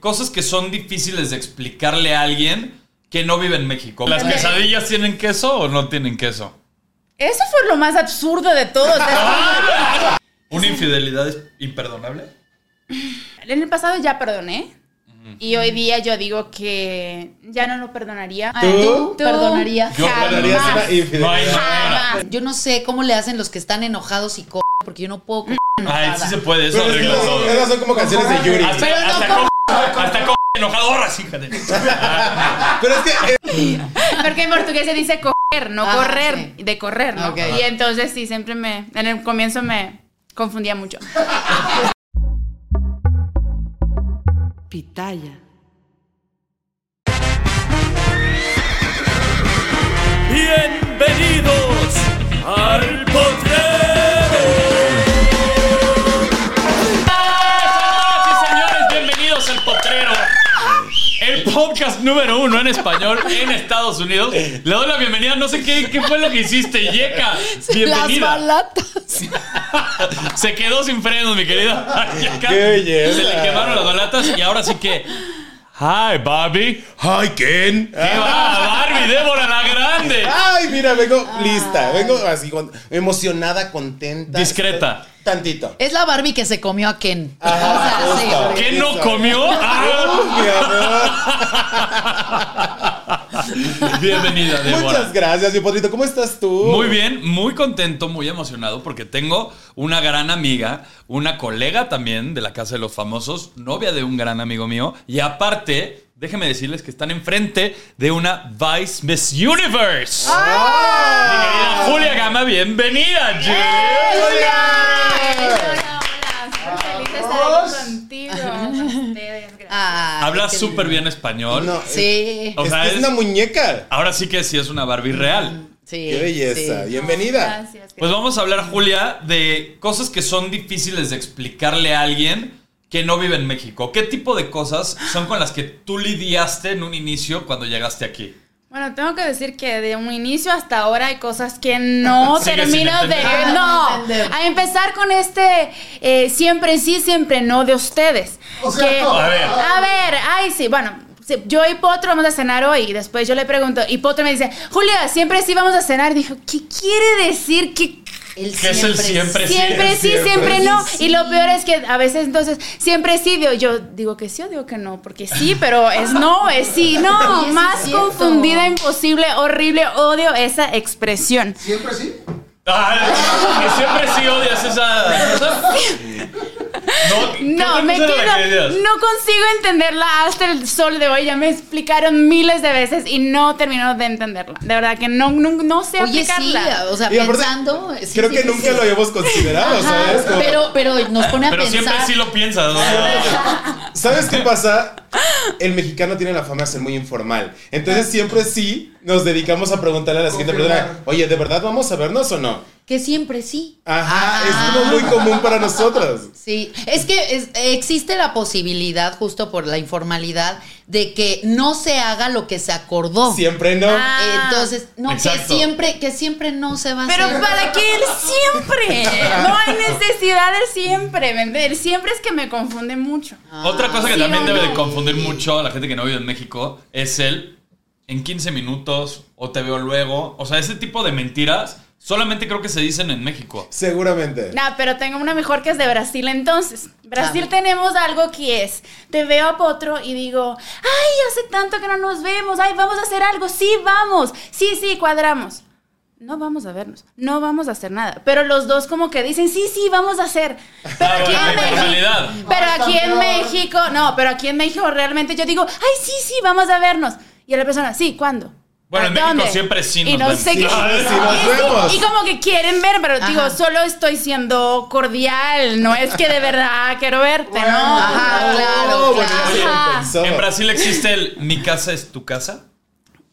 cosas que son difíciles de explicarle a alguien que no vive en México. ¿Las Ok. quesadillas tienen queso o no tienen queso? Eso fue lo más absurdo de todo. o sea, ¿Una infidelidad es imperdonable? en el pasado ya perdoné. Y hoy día yo digo que ya no lo perdonaría. ¿Tú? perdonarías. Yo Jamás. perdonarías una No hay infidelidad. manera. Jamás. Yo no sé cómo le hacen los que están enojados y co porque yo no puedo co Ay, sí se puede, eso Pero es que arregla todo. esas- esas son como canciones de Yuri. Hasta, Pero no hasta como- co- hasta co- enojado, ahora sí, hija de- Pero es que eh, Porque en portugués se dice coger, no Ah, Ajá, correr, sí. de correr, ¿no? Ok. Y entonces sí, siempre me, en el comienzo me confundía mucho. Pitaya. Bienvenidos al potrero. Señoras y señores, bienvenidos al Potrero. El podcast número uno en español en Estados Unidos. Le doy la bienvenida. No sé qué, qué fue lo que hiciste, Yeka. Las Bienvenida. balatas. Se quedó sin frenos, mi querida. Yeka. Qué belleza. Se le quemaron las balatas y ahora sí que. Hi, Bobby. Hi Ken. ¡Qué va, Barbie! ¡Débora la Grande! Ay, mira, vengo lista, vengo así con- emocionada, contenta. Discreta. Tantito. Es la Barbie que se comió a Ken. Ajá, O sea, sí, justo. porque- ¿Qué no comió? Ay, Ah. mi amor. Bienvenida, Débora. Muchas gracias, mi potrito. ¿Cómo estás tú? Muy bien, muy contento, muy emocionado porque tengo una gran amiga, una colega también de la Casa de los Famosos, novia de un gran amigo mío y aparte, déjenme decirles que están enfrente de una Vice Miss Universe. Ah. Mi querida Julia Gama, bienvenida. Ju. Eh. Hola, ¡Hola! hola, feliz de estar aquí contigo. con ustedes, gracias. Ay, Ah. Ah, Habla qué súper bien español. No, Sí. O Es, sea, es es- una muñeca. Ahora sí que sí es una Barbie real. Sí. Qué belleza. sí. Bienvenida. Gracias. Pues vamos a hablar, Julia, de cosas que son difíciles de explicarle a alguien que no vive en México. ¿Qué tipo de cosas son con las que tú lidiaste en un inicio cuando llegaste aquí? Bueno, tengo que decir que de un inicio hasta ahora hay cosas que no Sigue termino sin de... entender. No, Ah, entender. a empezar con este eh, siempre sí, siempre no de ustedes. Que- A ver. A ver, ay sí, bueno, sí, yo y Potro vamos a cenar hoy y después yo le pregunto y Potro me dice, Julia, siempre sí vamos a cenar. Dijo, ¿qué quiere decir? ¿Qué El ¿Qué es el siempre sí? Siempre sí, siempre. siempre no. Sí. Y lo peor es que a veces entonces siempre sí, digo, yo digo que sí o digo que no, porque sí, pero es no, es sí, no. Sí, es Más cierto. confundida, imposible, horrible, odio esa expresión. Siempre sí. Ay, que siempre sí odias esa cosa. No, ¿qué otra No, me cosa quedo, era la que odias? no consigo entenderla hasta el sol de hoy. Ya me explicaron miles de veces y no termino de entenderla. De verdad que no, no, no sé Oye, sí, aplicarla. o sea, Y aparte, pensando. sí, Creo sí, que sí, nunca sí. lo habíamos considerado, Ajá, ¿sabes? Como- pero, pero nos pone a Pero pensar. siempre sí lo piensas. Ah, ¿no? ¿Sabes qué pasa? El mexicano tiene la fama de ser muy informal. Entonces Ah. siempre sí nos dedicamos a preguntarle a la siguiente Confirmar. persona, oye, ¿de verdad vamos a vernos o no? Que siempre sí. Ajá, Ah. es como muy común para nosotros. Sí, es que es- existe la posibilidad, justo por la informalidad, de que no se haga lo que se acordó. Siempre no. Ah. Entonces, no, Exacto. que siempre, que siempre no se va a Pero hacer. para qué el siempre. No hay necesidad del siempre. ¿me entiendes? El siempre es que me confunde mucho. Ah, Otra cosa que Sí también o debe de no. confundir mucho a la gente que no vive en México es el en 15 minutos o te veo luego. O sea, ese tipo de mentiras solamente creo que se dicen en México. Seguramente. Nah, pero tengo una mejor que es de Brasil entonces. Brasil Ah. tenemos algo que es, te veo a Potro y digo, ay, hace tanto que no nos vemos, ay, vamos a hacer algo, sí, vamos, sí, sí, cuadramos. No vamos a vernos, no vamos a hacer nada. Pero los dos como que dicen, sí, sí, vamos a hacer. Pero Ah, aquí bueno, en la informalidad. México, pero aquí en México, no, pero aquí en México realmente yo digo, ay, sí, sí, vamos a vernos. Y a la persona, sí, ¿cuándo? Bueno, ¿A en México dónde?" siempre sí Y nos no vemos. sé Sí, qué. sí nos Y sí, vemos. Y como que quieren ver, pero Ajá. digo, solo estoy siendo cordial, no es que de verdad quiero verte, ¿no? Ajá, claro, No, bueno, pues. claro. ya Ajá. se lo pensó. En Brasil existe el mi casa es tu casa.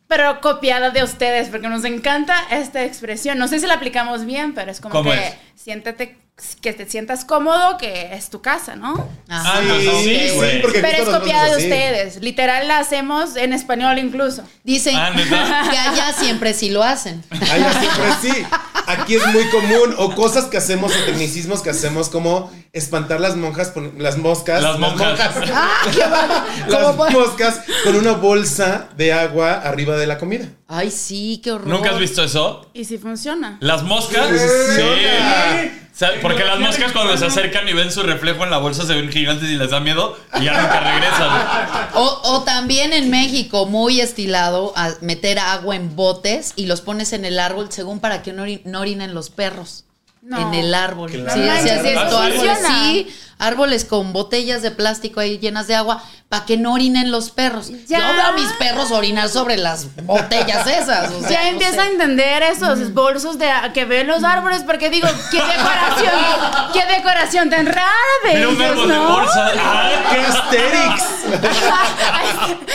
Pero copiada de ustedes, porque nos encanta esta expresión. No sé si la aplicamos bien, pero es como ¿Cómo que es? siéntate, que te sientas cómodo, que es tu casa, ¿no? Ajá. Ah, no, Sí, sí, sí, güey. porque Pero justo es nos copiada vemos de así. ustedes. Literal la hacemos en español incluso. Dicen Ah, ¿neta? que allá siempre sí lo hacen. Allá siempre pues sí. aquí es muy común, o cosas que hacemos, o tecnicismos que hacemos, como espantar las monjas, pon- las moscas. Las monjas. ¡Ah, qué bárbaro! ¿Cómo Las puede- moscas con una bolsa de agua arriba de la comida. Ay, sí, qué horror. ¿Nunca has visto eso? ¿Y si funciona? ¿Las moscas? Sí. Sí. O sea, Porque las moscas cuando se acercan y ven su reflejo en la bolsa se ven gigantes y les da miedo y ya nunca regresan. O, o también en México, muy estilado, a meter agua en botes y los pones en el árbol según para que no, ori- no orinen los perros. No. En el árbol. Claro. Sí, No sí, manches, sí, ¿eso esto, árboles, funciona? sí, árboles con botellas de plástico ahí llenas de agua para que no orinen los perros. Ya. Yo veo a mis perros orinar sobre las botellas esas. o sea, Ya no empiezo a sé. entender esos Mm. bolsos de que ven los árboles porque digo, qué decoración, qué decoración tan rara, Mira un bellos, árbol de ¿no? bolsa. Ah, ¡Qué asterix!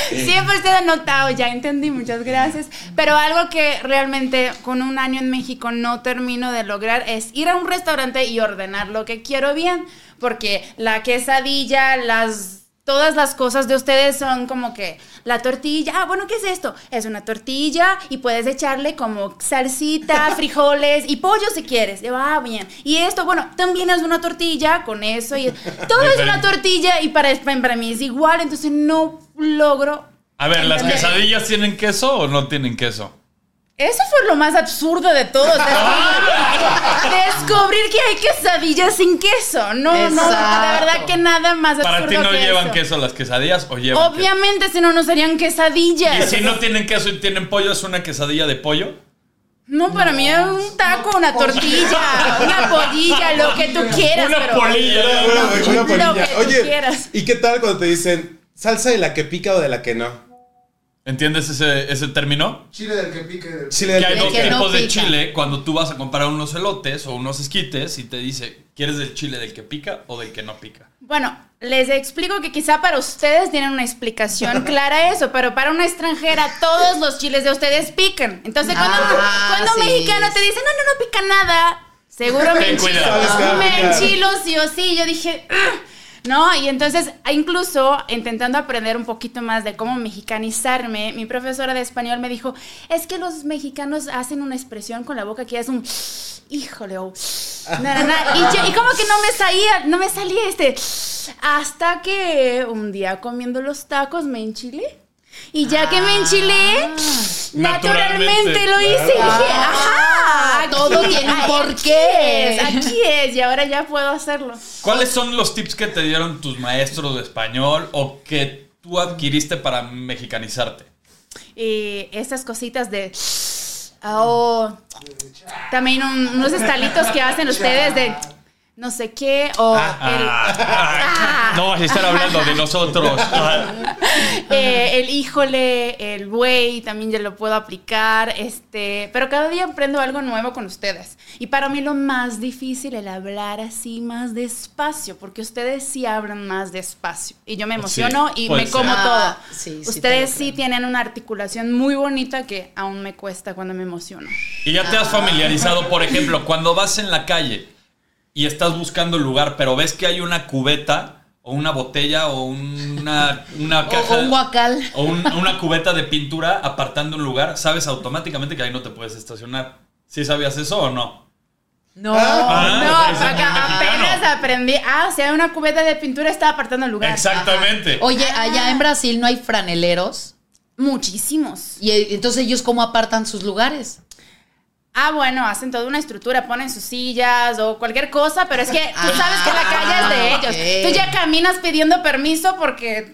Siempre estoy anotado, ya entendí, muchas gracias. Pero algo que realmente con un año en México no termino de lograr es ir a un restaurante y ordenar lo que quiero bien, porque la quesadilla, las... Todas las cosas de ustedes son como que la tortilla, ah, bueno, ¿qué es esto? Es una tortilla y puedes echarle como salsita, frijoles y pollo si quieres. Y yo, ah, bien. Y esto, bueno, también es una tortilla con eso y todo es una Diferente. tortilla y para, para mí es igual, entonces no logro. A ver, ¿las entender. quesadillas tienen queso o no tienen queso? Eso fue lo más absurdo de todo. descubrir- Descubrir que hay quesadillas sin queso. No, no, la Exacto. verdad que nada más absurdo Para ti no Pues que llevan eso. queso las quesadillas o llevan Obviamente, si no, no serían queso. Y quesadillas. si no tienen queso y tienen pollo, ¿es una quesadilla de pollo? No, para mí es un taco, una tortilla, una polilla, lo que tú quieras. Una pero- polilla. Una- una- una Lo que polilla. tú Oye, quieras. ¿y qué tal cuando te dicen salsa de la que pica o de la que no? ¿Entiendes ese, ese término? Chile del que pique. del- Chile de Que hay dos que no tipos de pica. chile. Cuando tú vas a comprar unos elotes o unos esquites y te dice, ¿quieres del chile del que pica o del que no pica? Bueno, les explico que quizá para ustedes tienen una explicación clara a eso, pero para una extranjera todos los chiles de ustedes pican. Entonces, cuando, Ah, cuando un sí. mexicano te dice, no, no, no pica nada, seguro me Ten enchilo. cuidado. Sabes que va a Me picar. enchilo sí o sí. Yo dije, "Ugh", ¿no? Y entonces, incluso intentando aprender un poquito más de cómo mexicanizarme, mi profesora de español me dijo, es que los mexicanos hacen una expresión con la boca que es un híjole, oh, na, na, na. Y, yo- y como que no me salía, no me salía este, hasta que un día comiendo los tacos me enchilé. Y ya que me enchilé, naturalmente Ah. Naturalmente, lo hice. Y dije, Ah, ajá, todo tiene un ay, porqué. Aquí es, aquí es, y ahora ya puedo hacerlo. ¿Cuáles son los tips que te dieron tus maestros de español o que tú adquiriste para mexicanizarte? Y estas cositas de, ah, oh, también un- unos estalitos que hacen ustedes de, no sé qué, o el- Ah, no vas a estar hablando de nosotros. Ah, Eh, el híjole, el güey, también ya lo puedo aplicar. Este, pero cada día aprendo algo nuevo con ustedes. Y para mí lo más difícil el hablar así más despacio, porque ustedes sí hablan más despacio. Y yo me emociono Sí, y puede me como ser. Ah, todo. sí, sí, ustedes te lo sí creo. tienen una articulación muy bonita que aún me cuesta cuando me emociono. Y ya te has familiarizado, por ejemplo, cuando vas en la calle y estás buscando el lugar, pero ves que hay una cubeta o una botella o una, una O- caja. o un guacal. o un- una cubeta de pintura apartando un lugar, sabes automáticamente que ahí no te puedes estacionar. ¿Sí sabías eso o no? No. Ah, no, es muy acá mexicano. apenas aprendí. Ah, o sea, una cubeta de pintura está apartando el lugar. Exactamente. Oye, Ah. allá en Brasil no hay franeleros. Muchísimos. Y eh, entonces ellos cómo apartan sus lugares. Ah, bueno, hacen toda una estructura, ponen sus sillas o cualquier cosa, pero es que tú sabes que la Ah, calle es de ellos. ok. Tú ya caminas pidiendo permiso porque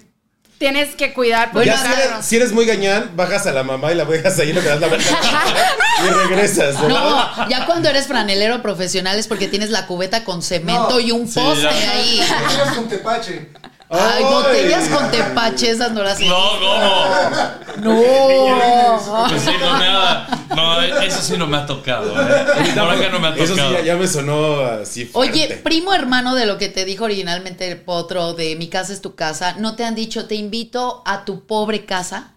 tienes que cuidar. por Bueno, ya los si claro. eres, si eres muy gañán, bajas a la mamá y la dejas ahí, no te das la vuelta y regresas. ¿verdad? No, ya cuando eres franelero profesional es porque tienes la cubeta con cemento No. y un Sí, poste ya. ahí. Botellas con tepache. Ay, Ay. botellas con tepache, esas no las he No, ¿cómo? Oh. No. Pues sí, no me ha- No, eso sí no me ha tocado. ¿eh? Por acá no me ha Eso sí, tocado. ya, ya me sonó así fuerte. Oye, primo hermano de lo que te dijo originalmente el potro de mi casa es tu casa, ¿no te han dicho te invito a tu pobre casa?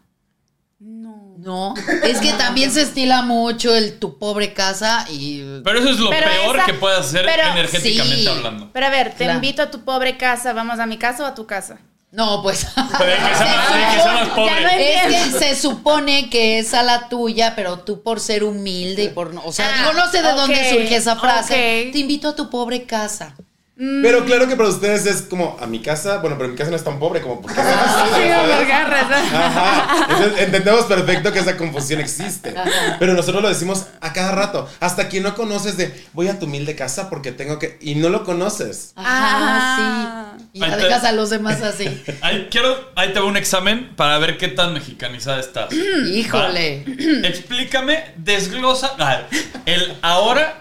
No. No, es que también se estila mucho el tu pobre casa y Pero eso es lo Pero peor esa- que puedes hacer pero- energéticamente Sí. hablando. Pero a ver, te Claro. invito a tu pobre casa, vamos a mi casa o a tu casa. No, pues. De que sea más, de que sea más pobre. Ya no hay- Es que se supone que es a la tuya, pero tú por ser humilde y por no. O sea, Ah, digo, no sé de dónde ok, surge esa frase. ok. Te invito a tu pobre casa. mm. Pero claro que para ustedes es como a mi casa, bueno, pero mi casa no es tan pobre como porque Sí, por garras. Ajá. Entonces, entendemos perfecto que esa confusión existe. Ajá. Pero nosotros lo decimos a cada rato. Hasta quien no conoces de voy a tu humilde casa porque tengo que. Y no lo conoces. Ajá, Ah. sí. Y la Entonces- dejas a los demás así. Ahí, quiero, ahí te va un examen para ver qué tan mexicanizada estás. Híjole. Va. Explícame, desglosa ah, el ahora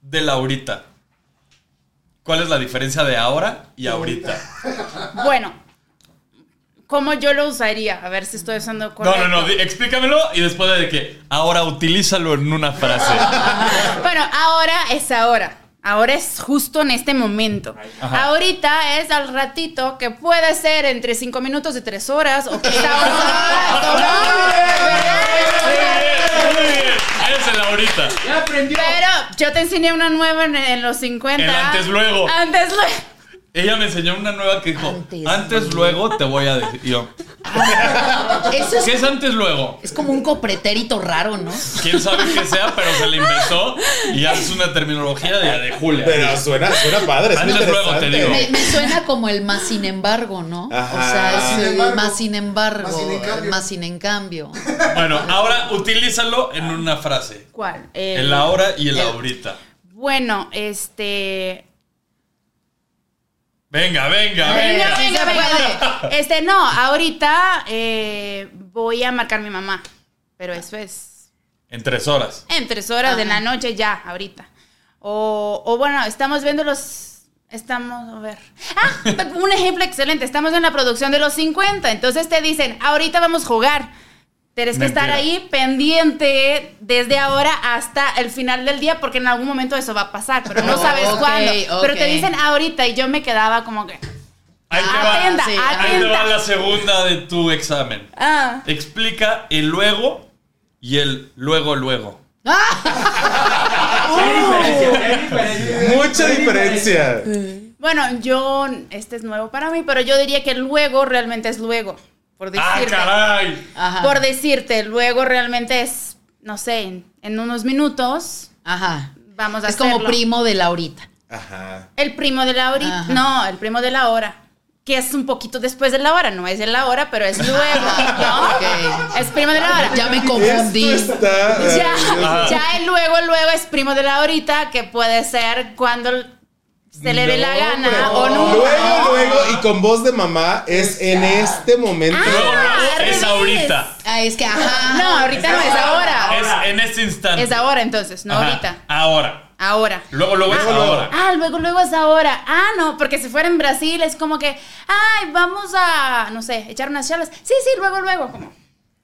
del ahorita. ¿Cuál es la diferencia de ahora y ahorita? Bueno, ¿cómo yo lo usaría? A ver si estoy usando No, correcto. no, no, di- explícamelo y después de que ahora utilízalo en una frase. Bueno, ahora es ahora. Ahora es justo en este momento. Ajá. Ahorita es al ratito, que puede ser entre 5 minutos y 3 horas, o quizá una hora, Muy bien, muy bien. Es el ahorita. Ya aprendió. Pero yo te enseñé una nueva en, en los 50. El antes luego. Antes luego. Ella me enseñó una nueva que dijo, antes, Antes. luego te voy a decir. Y yo, Eso ¿qué es, es antes luego? es como un copretérito raro, ¿no? Quién sabe qué sea, pero se la inventó y ya es una terminología de, de Julia. Pero suena, suena padre. suena Antes luego te interesante. digo. Me, me suena como el más sin embargo, ¿no? Ajá. O sea, Sin es el embargo. más sin embargo, Más sin en cambio. más sin en cambio. Bueno, ahora utilízalo en una frase. ¿Cuál? El ahora y el el- ahorita. Bueno, este. Venga, venga, venga. Venga, sí venga, se venga. Este, no, ahorita eh, voy a marcar mi mamá. Pero eso es En tres horas. en tres horas de la Ah. Ajá. noche ya, ahorita. O, o bueno, estamos viendo los. Estamos, a ver. Ah, un ejemplo excelente. Estamos en la producción de los 50. Entonces te dicen, ahorita vamos a jugar. Tienes que estar Mentira. ahí pendiente desde ahora hasta el final del día, porque en algún momento eso va a pasar, pero no sabes Ok, cuándo. Pero te ok. dicen ahorita y yo me quedaba como que. Ahí te va, Atenda, sí, Ah, ahí te va atenta. la segunda de tu examen. Ah. Explica el luego y el luego luego. Mucha diferencia. Bueno, yo, este es nuevo para mí, pero yo diría que luego realmente es luego, por ¡Ah, decirte. caray! Ajá. Por decirte, luego realmente es, no sé, en, en unos minutos Ajá. vamos a Es como hacerlo. primo de Laurita. Ajá. El primo de la hora, Ajá. no, el primo de la hora, que es un poquito después de la hora, no es de la hora, pero es luego, ¿no? Ok. Es primo de la hora. Ya me confundí. Esto está. Ya, Ah. ya el luego, luego es primo de la horita, que puede ser cuando se le dé la No, gana pero- o nunca. Luego, luego, y con voz de mamá, es en este momento. Luego al luego es revés. ahorita. Ah, es que ajá. No, ahorita no, es ahora. Es en este instante. Es ahora entonces, no Ajá, ahorita. Ahora. Ahora. Luego luego es ahora. Ah, luego, luego es ahora. Ah, no, porque si fuera en Brasil es como que, ay, vamos a, no sé, echar unas charlas. Sí, sí, luego, luego, como.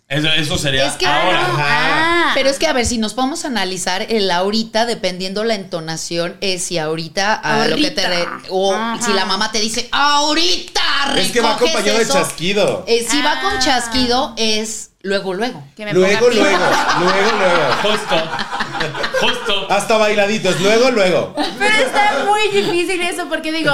Eso, eso sería Es que- ahora. Ah, no, Ajá. ah. Pero es que a ver, si nos podemos analizar el ahorita, dependiendo la entonación, es si ahorita a lo que te re- Ahorita. o Ajá. si la mamá te dice ahorita Es que va recoges acompañado de eso". chasquido. Eh, si va con Ah. chasquido es luego luego. que me Luego, ponga pila. luego, luego, luego. Justo. Ah, Justo. Hasta bailaditos, luego, luego. Pero está muy difícil eso porque digo,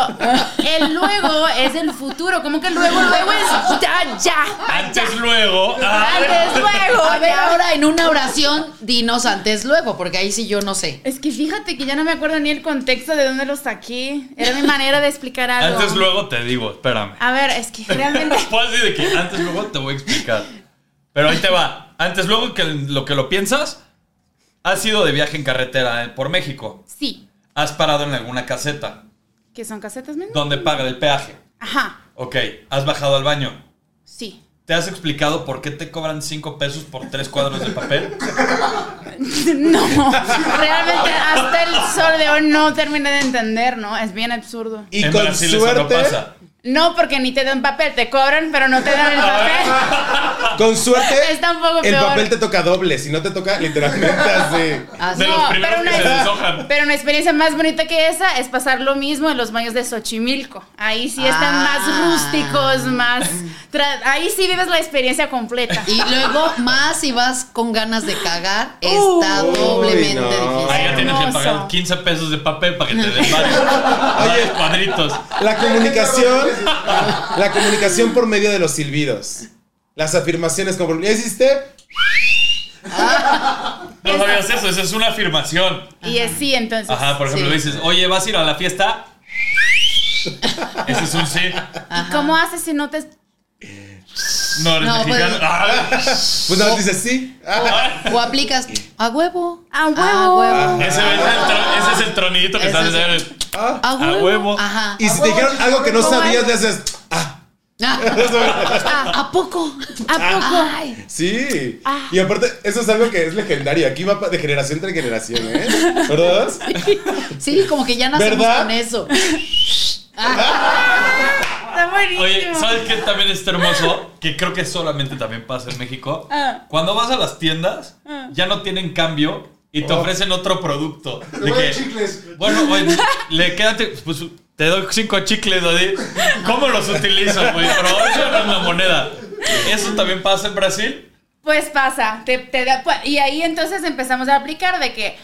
el luego es el futuro, como que luego, luego es ya, ya. Antes luego. Ah, Antes, luego. A ver, ya. ahora en una oración dinos antes luego, porque ahí sí yo no sé. Es que fíjate que ya no me acuerdo ni el contexto de dónde lo saqué. Era mi manera de explicar algo. Antes luego te digo, espérame. A ver, es que realmente. Puedes decir de que antes luego te voy a explicar. Pero ahí te va. Antes luego que lo que lo piensas, has ido de viaje en carretera eh, por México. Sí, Has parado en alguna caseta que son casetas menos. donde paga el peaje. Ajá, Ok, has bajado al baño. sí. ¿Te has explicado por qué te cobran 5 pesos por 3 cuadros de papel? No, realmente hasta el sol de hoy no terminé de entender, ¿no? Es bien absurdo. Y en con Brasil suerte, eso no pasa. No, porque ni te dan papel, te cobran, pero no te dan el papel. con suerte, Está un poco el peor. papel te toca doble, si no te toca literalmente así. Así. De los primeros pero que no se es- deshojan. Pero una experiencia más bonita que esa es pasar lo mismo en los baños de Xochimilco. Ahí sí están Ah. más rústicos, más Tra- Ahí sí vives la experiencia completa. Y luego, más si vas con ganas de cagar, Uh. está Uy, doblemente no. difícil. Ahí ya tienes que Hermoso. pagar 15 pesos de papel para que te den varios, varios cuadritos. La comunicación, la comunicación por medio de los silbidos. Las afirmaciones como ¿ya hiciste? No sabías eso, eso es una afirmación. Y es sí, entonces. Ajá, por ejemplo, Sí. dices, oye, ¿vas a ir a la fiesta? Ese es un sí. ¿Y cómo haces si no te No eres No, pues- mexicano. Ah, Pues nada, dices sí. Ah, O aplicas a huevo. A huevo. A huevo. ese, es el tron- ese es el tronidito que Ese sale es de- Ah. A huevo. huevo. Ajá. Y si Ah, te dijeron algo que no sabías, le haces. Ah, ¿A poco? ¿A poco? Sí. Ah. Y aparte, eso es algo que es legendario. Aquí va pa- de generación tras generación, ¿eh? ¿Verdad? Sí, como que ya nacemos ¿Verdad? con eso. Está buenísimo. Oye, ¿sabes qué también está hermoso? Que creo que solamente también pasa en México. Ah. Cuando vas a las tiendas, ya no tienen cambio y te ofrecen otro producto. Te De Oh. voy a que, chicles. bueno, güey, le quédate, pues te doy cinco chicles, Dodi. ¿Cómo los utilizo, güey? Pero ocho no es la moneda. Eso también pasa en Brasil. Pues pasa, te, te da- pu- y ahí entonces empezamos a aplicar de que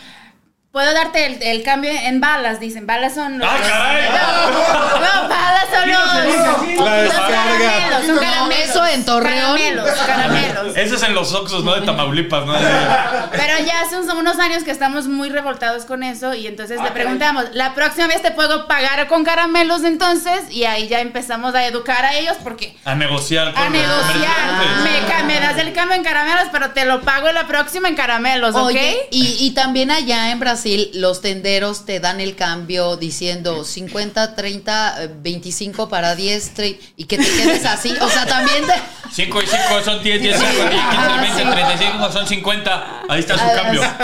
puedo darte el, el cambio en balas, dicen, balas son los... ¡Ah, caray! No, no, balas son los... La los descarga. caramelos, son No, caramelos. eso en Torreón. Eh. Caramelos, caramelos. Eso es en los Oxos, no de Tamaulipas, ¿no? De- Pero ya hace unos- unos años que estamos muy revoltados con eso y entonces le preguntamos, la próxima vez te puedo pagar con caramelos entonces y ahí ya empezamos a educar a ellos porque... a negociar con A los negociar. comerciantes. Me, ca- me das el cambio en caramelos, pero te lo pago la próxima en caramelos, ¿ok? Oye, y, y también allá en Brasil los tenderos te dan el cambio diciendo 50, 30, eh, 25 para 10, 30, y que te quedes así. O sea, también te... 5 y 5 son 10, 10, 5, 10, 15, Ah, 20, 35 son 50. Ahí está su cambio.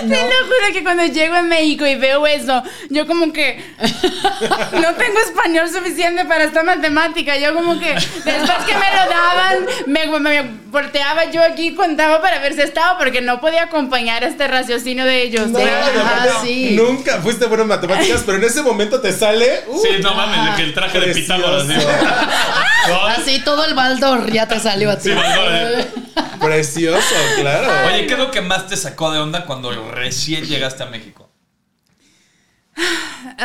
Te lo juro que cuando llego a México y veo eso, yo como que no tengo español suficiente para esta matemática. Yo como que después que me lo daban, me, me volteaba yo aquí, contaba para ver si estaba, porque no podía acompañar este raciocinio de ellos. No, Pero- y aparte, ah, sí. Nunca fuiste bueno en matemáticas, pero en ese momento te sale. uh, Sí, no mames, de que el traje de Precioso. Pitágoras. ¿sí? No, Así todo el baldor ya te salió a ti. sí, más vale. Precioso, claro. Oye, ¿qué es lo que más te sacó de onda cuando recién llegaste a México?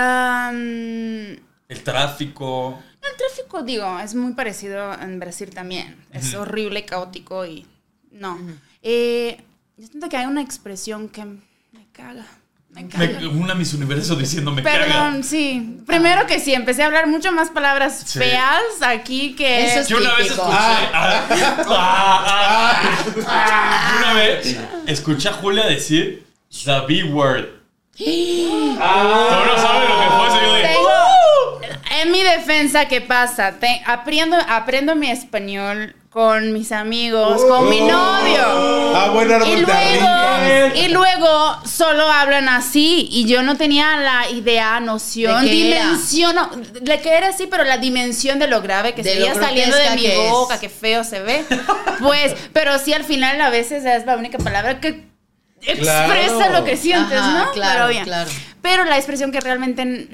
Am, El tráfico. El tráfico, digo, es muy parecido en Brasil también. Es horrible, caótico y no. Eh, yo siento que hay una expresión que me caga. Me caga. Me- una mis universo diciendo me Perdón, caga. sí. Primero que sí, empecé a hablar mucho más palabras Sí. feas aquí que... Eso es- Yo una vez Típico. escuché. Ah, ah, ah, ah. Yo una vez escuché a Julia decir the B word. Tú no sabes lo que fue eso. Yo dije, Tengo- ¡Uh! en mi defensa, ¿qué pasa? Te- aprendo, aprendo mi español con mis amigos, con mi novio. Oh. Ah, buen árbol Y te luego, arrimas. y luego solo hablan así y yo no tenía la idea, noción, ¿De qué era? dimensión, no, de que era así, pero la dimensión de lo grave que De seguía lo saliendo de grotesca mi que es. boca, que feo se ve. Pues, pero sí al final a veces es la única palabra que expresa Claro. lo que sientes, Ajá, ¿no? claro, pero bien. claro. Pero la expresión que realmente n-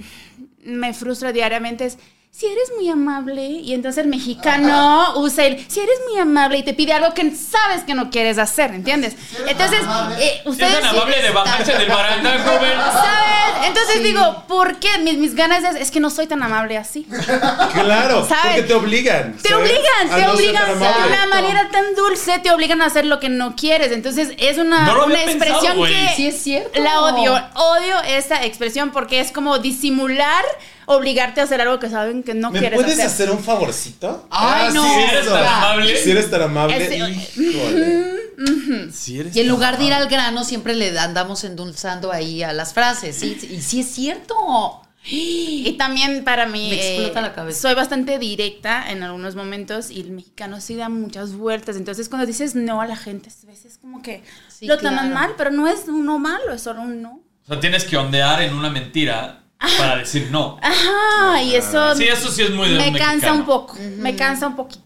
me frustra diariamente es si eres muy amable y entonces el mexicano usa el si eres muy amable y te pide algo que sabes que no quieres hacer, ¿entiendes? Entonces, eh, si es ustedes tan amable de bajarse del barandal, joven. ¿Sabes? Entonces digo, ¿por qué? Mis, mis ganas es, es que no soy tan amable así. Claro, ¿Sabes? porque te obligan. Te ¿sabes? obligan, A te no ser tan obligan de amable. una manera tan dulce, te obligan a hacer lo que no quieres. Entonces es una, No lo una había pensado, expresión güey. que Sí, es cierto. la odio. Odio esa expresión porque es como disimular, obligarte a hacer algo que saben que no ¿Me quieres puedes hacer. hacer un favorcito? Ah, Ay, no. sí, Si eres eso. tan amable. Si eres tan amable. Es- híjole. Si eres Y en lugar de ir al grano, siempre le andamos endulzando ahí a las frases. ¿sí? Y sí es cierto. Y también para mí, eh, Me explota la cabeza. soy bastante directa en algunos momentos y el mexicano sí da muchas vueltas. Entonces cuando dices no a la gente, a veces como que Sí, lo toman claro. mal, pero no es un no malo, es solo un no. O sea, tienes que ondear en una mentira para decir no. Ah. Ajá, y eso Sí, eso sí es muy de me un cansa mexicano. un poco, me cansa un poquito.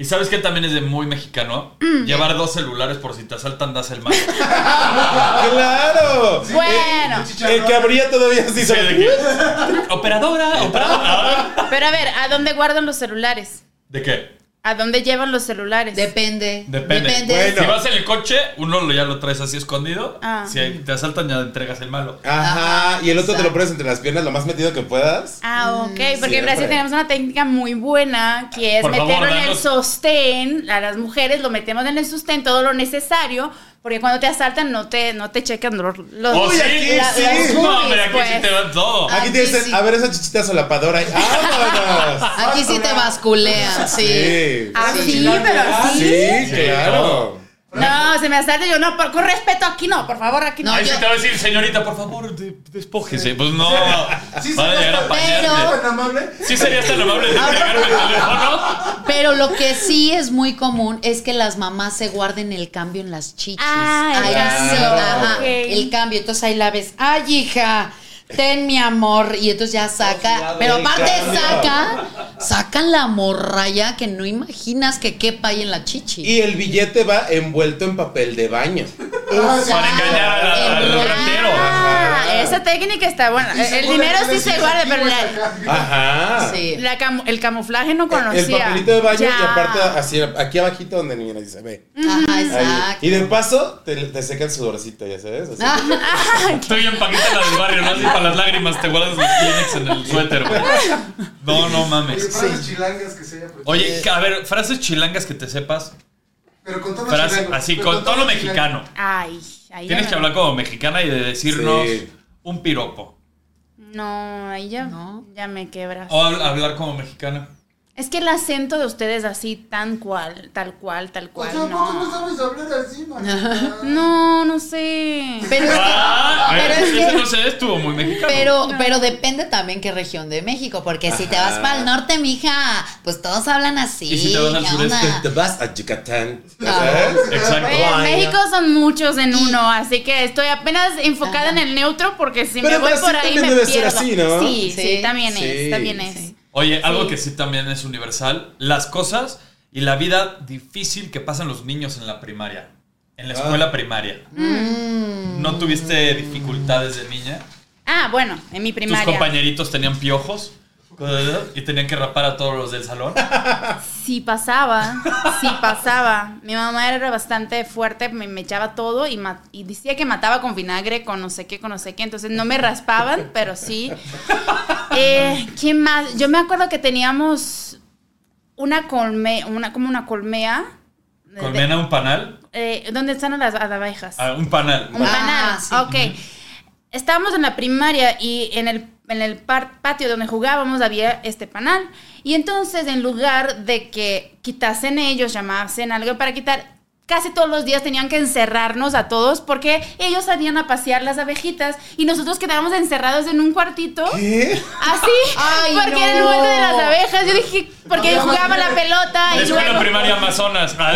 ¿Y sabes qué también es de muy mexicano? Mm. Llevar dos celulares por si te asaltan, das el mal. ¡Claro! Bueno, El, el que abría todavía así Sí, solo- de que, operadora, operadora. pero a ver, ¿a dónde guardan los celulares? ¿De qué? ¿A dónde llevan los celulares? Depende. Depende. Bueno. Si vas en el coche, uno lo- ya lo traes así escondido. Ah. Si ahí te asaltan, ya entregas el malo. Ajá, Ajá, y el otro te exacto. lo pones entre las piernas lo más metido que puedas. Ah, ok, porque en Mm, siempre. Brasil tenemos una técnica muy buena que es Por favor, meterlo en el danos. sostén, a las mujeres lo metemos en el sostén todo lo necesario, porque cuando te asaltan no te, no te checan los... los- ¡Oh, Uy, sí! aquí la- sí. las No, boobies, hombre, aquí sí pues. te dan todo. Ah, Aquí tienes, aquí sí. a ver, esa chichita solapadora. ¡Vámonos! Aquí sí te basculean, sí. Sí. Ah, sí, Sí. pero Ah, así. sí, Sí, claro. No, se me asalta yo, no, por- con respeto, aquí no, por favor, aquí no. No, Ahí yo- sí te va a decir, señorita, por favor, de- despójese. Pues no, Sí, van a sí, llegar a pero- apañarte. tan amable. Sí serías tan amable de entregarme el teléfono. Pero lo que sí es muy común es que las mamás se guarden el cambio en las chichis. Ah, el Ahí cambio, sí, ajá, ok. el cambio. Entonces ahí la ves, ay hija, ten mi amor. Y entonces ya saca, pero el aparte cambio. saca, sacan la morralla que no imaginas que quepa ahí en la chichi. Y el billete va envuelto en papel de baño. Ah, sí. Para engañar a la- al Ah. ratero. Ah, esa técnica está buena. Y El, se el guarda dinero en sí el se guarda, pero la- Ah, acá. Ajá. Sí. la camu- el camuflaje no conocía. El papelito de baño y Ya. aparte así, aquí abajito donde ni nadie se ve. Ajá, Ahí. exacto. Y de paso te, te seca el sudorcito, ya sabes. Así. Ah, Estoy bien paquita la del barrio, ¿no? Así para las lágrimas te guardas los Kleenex en el suéter, güey. No, no Oye, mames. frases chilangas que pues. se haya aprendido. Oye, a ver, frases chilangas que te sepas. Pero con tono Frases chilango, así, pero con todo lo mexicano. Ay, ahí ya Tienes me- que hablar como mexicana y de decirnos Sí. un piropo. No, ahí ya, No. ya me quebras. O hab- hablar como mexicana. Es que el acento de ustedes así, tan cual, tal cual, tal O Pues sea, cual, Pues, ¿a poco no no. sabes hablar así, man? No, no sé. pero es que- Ah, pero eh, es que- ese no se estuvo muy mexicano. Pero, pero depende también qué región de México, porque si te vas Ajá. para el norte, mija, pues todos hablan así. Y si te vas al ¿qué sureste, onda? Te vas a Yucatán. ya Ah. sabes. Exacto. Oye, en México son muchos en uno, así que estoy apenas enfocada Ajá. en el neutro porque si Pero me voy Brasil por ahí también me debe ser pierdo. así, ¿no? Sí, sí, Sí. también Sí. es, también es. Sí. Oye, algo Sí. que sí también es universal, las cosas y la vida difícil que pasan los niños en la primaria, en la Ah. escuela primaria. ¿No tuviste dificultades de niña? Ah, bueno, en mi ¿Tus primaria. compañeritos tenían piojos? Y tenían que rapar a todos los del salón. Sí pasaba, sí pasaba. Mi mamá era bastante fuerte, me, me echaba todo y, ma- y decía que mataba con vinagre, con no sé qué, con no sé qué. Entonces no me raspaban, pero sí. Eh, ¿Quién más? Yo me acuerdo que teníamos una colmea, una, como una colmea. de- de- Colmena un panal. Eh, ¿Dónde están las las abejas? Ah, un panal. Un panal. Ah, sí. Ok. Estábamos en la primaria y en el, en el par- patio donde jugábamos había este panal. Y entonces, en lugar de que quitasen ellos, llamasen algo para quitar, casi todos los días tenían que encerrarnos a todos porque ellos salían a pasear las abejitas y nosotros quedábamos encerrados en un cuartito. ¿Qué? Así, Ay, porque no. era el momento de las abejas. Yo dije, porque No, jugaba la no. pelota. La y escuela luego- primaria Amazonas. Ah,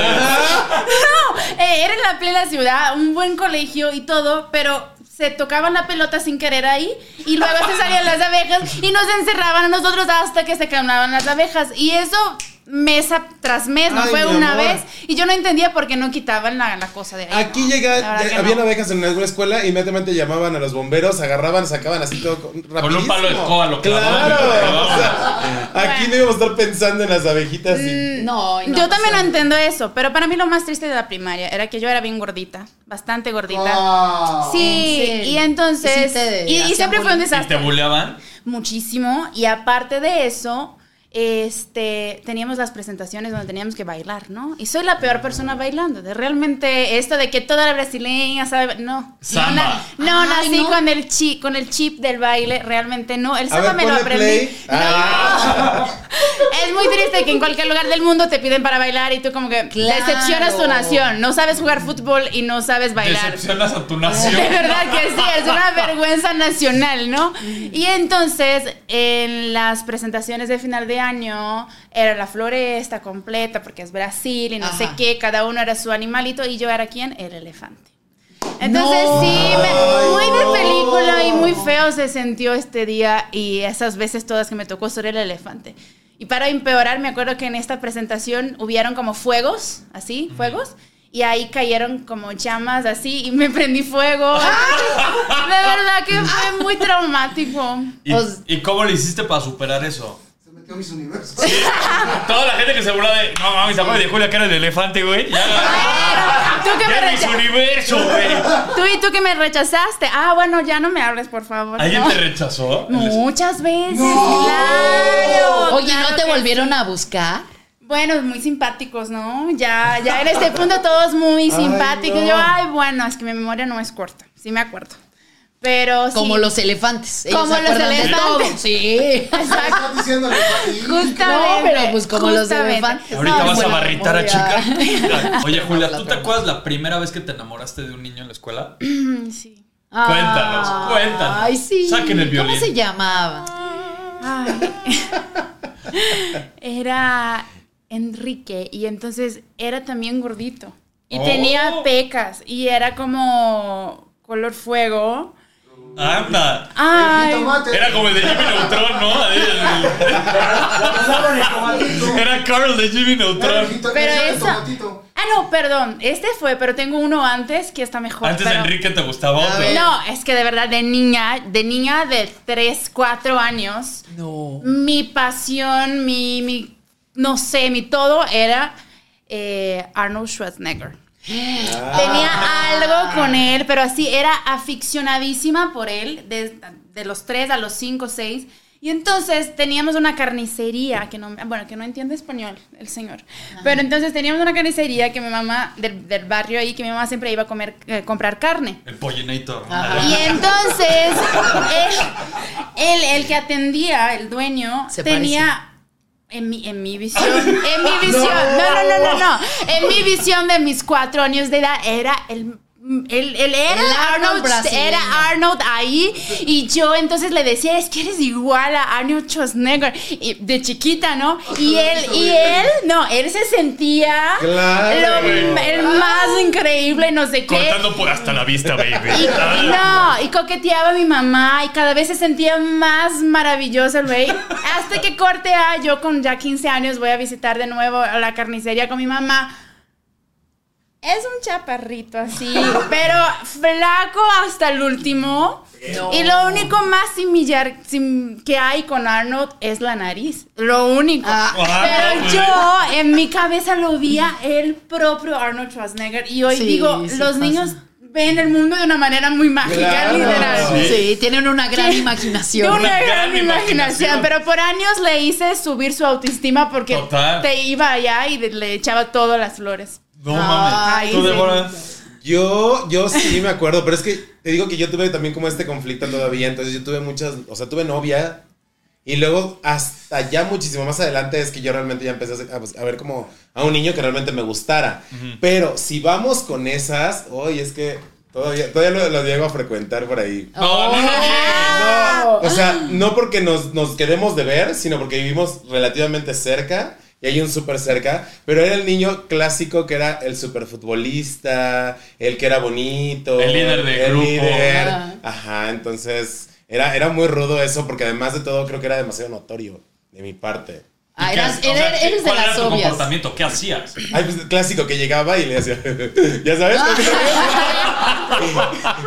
eh, era en la plena ciudad, un buen colegio y todo, pero se tocaban la pelota sin querer ahí y luego se salían las abejas y nos encerraban a nosotros hasta que se calmaban las abejas. Y eso mesa tras mes, no Ay, fue mi una amor. vez. Y yo no entendía por qué no quitaban la, la cosa de ahí. Aquí no, la llega, eh, verdad que ya- no. habían abejas en alguna escuela, inmediatamente llamaban a los bomberos, agarraban, sacaban así todo Con con- un palo de rapidísimo. escoba lo clavaban y Claro. lo clavaban. o sea, aquí no íbamos a estar pensando en las abejitas. y- No, y no, yo también o no sea, entiendo eso, pero para mí lo más triste de la primaria era que yo era bien gordita, bastante gordita. Ah. Sí, ¿En serio? y entonces... ¿Y sí te y- y hacían siempre fue un bullying? ¿Y te desastre. buleaban? muchísimo y aparte de eso este teníamos las presentaciones donde teníamos que bailar no y soy la peor Ah. persona bailando de realmente esto de que toda la brasileña sabe no Samba. no, na- no Ay, nací no. con el chip con el chip del baile realmente no el A samba ver, Mm, me lo ponle aprendí play. No. Ah. es muy triste que en cualquier lugar del mundo te piden para bailar y tú como que Claro. decepcionas tu nación no sabes jugar fútbol y no sabes bailar Decepcionas a tu nación. de verdad que sí, es una vergüenza nacional, ¿no? Y entonces, en las presentaciones de final de año, era la floresta completa, porque es Brasil y no Ajá. sé qué, cada uno era su animalito y yo era quién? El elefante. Entonces No. sí, me- muy de Ay, película y muy feo se sintió este día y esas veces todas que me tocó sobre el elefante. Y para empeorar, me acuerdo que en esta presentación hubieron como fuegos, así, fuegos, y ahí cayeron como llamas así y me prendí fuego. Ay, de verdad que fue muy traumático. ¿Y, Pues- y cómo le hiciste para superar eso? Se metió no mis universos. Toda la gente que se burla de. No mames, ¿te acuerdas de Julia que era el elefante, güey? Ya, Tú que me ya mis rechazaste. universo, güey. Tú y tú que me rechazaste. Ah, bueno, ya no me hables, por favor. ¿Alguien ¿no? te rechazó? Muchas veces, claro. Oye, claro ¿no te que volvieron a buscar? Bueno, muy simpáticos, ¿no? Ya, ya en este punto todos muy simpáticos. no. Yo, ay, bueno, es que mi memoria no es corta, sí me acuerdo. Pero sí. Como los elefantes. Ellos Como se los acuerdan de elefantes. todo. Sí. Exacto. Estás diciéndole ahí. Justamente. No, pero pues como los justamente. elefantes. Ahorita No, vas a buena barritar a memoria. chica. Oye, Julia, la ¿tú te trama. acuerdas la primera vez que te enamoraste de un niño en la escuela? Mm, Sí. Cuéntanos, Ay, cuéntanos. Ay, sí. Saquen el violín. Ah. ¿Cómo se llamaba? Ay. Era Enrique y entonces era también gordito y Oh. tenía pecas y era como color fuego. Anda. El Ay, jitomate. Era como el de Jimmy Neutron, ¿no? Ahí, Pasaban el tomatito. el- Era Carl de Jimmy Era el Neutron. jito- Pero era el eso- tomatito. Ah, no, perdón. Este fue, pero tengo uno antes que está mejor. Antes de pero- Enrique te gustaba A otro. ver. No, es que de verdad, de niña, de niña de 3, 4 años, No. mi pasión, mi, mi- no sé, mi todo era eh, Arnold Schwarzenegger. Tenía algo con él, pero así era aficionadísima por él, de, de los 3 a los 5, 6. Y entonces teníamos una carnicería, que no, bueno, que no entiende español el señor, pero entonces teníamos una carnicería que mi mamá, del, del barrio ahí, que mi mamá siempre iba a comer, eh, comprar carne. El pollinator. Ajá. Y entonces, él, él- el que atendía, el dueño, Se tenía. En mi, en mi visión, en mi visión, no, no, no, no, no, en mi visión de mis cuatro años de edad era el, el, el era El Arnold Arnold, brasileño. era Arnold ahí y yo entonces le decía, es que eres igual a Arnold Schwarzenegger, y- de chiquita, ¿no? Y él, y él, no, él se sentía Claro. lo- el más increíble, no sé qué. Cortando por hasta la vista, baby. Y, y no, y coqueteaba a mi mamá y cada vez se sentía más maravilloso el güey. Hasta que corte A, yo con ya 15 años voy a visitar de nuevo a la carnicería con mi mamá. Es un chaparrito así, pero flaco hasta el último. No. Y lo único más similar sim- que hay con Arnold es la nariz. Lo único. Ah. Ah, Pero pues. yo en mi cabeza lo vi a el propio Arnold Schwarzenegger. Y hoy Sí, digo, sí los pasa. niños ven el mundo de una manera muy mágica, Claro. literal. Sí. Sí, tienen una gran De imaginación. una, Una gran gran, imaginación. imaginación. Pero por años le hice subir su autoestima porque Total. te iba allá y le echaba todas las flores. No mames. Ay, ¿Tú, sí. Débora? Yo, yo sí me acuerdo, pero es que te digo que yo tuve también como este conflicto todavía, entonces yo tuve muchas, o sea, tuve novia y luego hasta ya muchísimo más adelante es que yo realmente ya empecé a ser- a, bus- a ver como a un niño que realmente me gustara. Pero si vamos con esas, hoy es que todavía, todavía lo, lo llego a frecuentar por ahí. No, no, no, no. Ah, No, o sea, no porque nos, nos quedemos de ver, sino porque vivimos relativamente cerca. Y hay un súper cerca, pero era el niño clásico que era el súper futbolista, el que era bonito. El líder del el grupo. líder. Ah. Ajá, entonces era, era muy rudo eso, porque además de todo creo que era demasiado notorio de mi parte. Ah, ¿Y qué eras, haces? O sea, eres- eres de ¿cuál las era tu obvias. comportamiento? ¿Qué hacías? Ay, pues, clásico que llegaba y le hacía, ya sabes,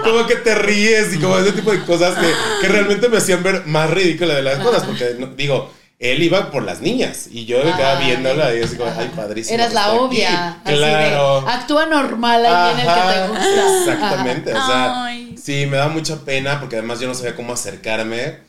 como que te ríes y como ese tipo de cosas que, que realmente me hacían ver más ridícula de las cosas, porque no- digo, él iba por las niñas y yo me quedaba Ay. viéndola y así como, ay, padrísimo. Eras que la está aquí". obvia. así de, Claro. actúa normal ahí en el que te Ajá, gusta. Exactamente, o sea, Ay. sí, me da mucha pena porque además yo no sabía cómo acercarme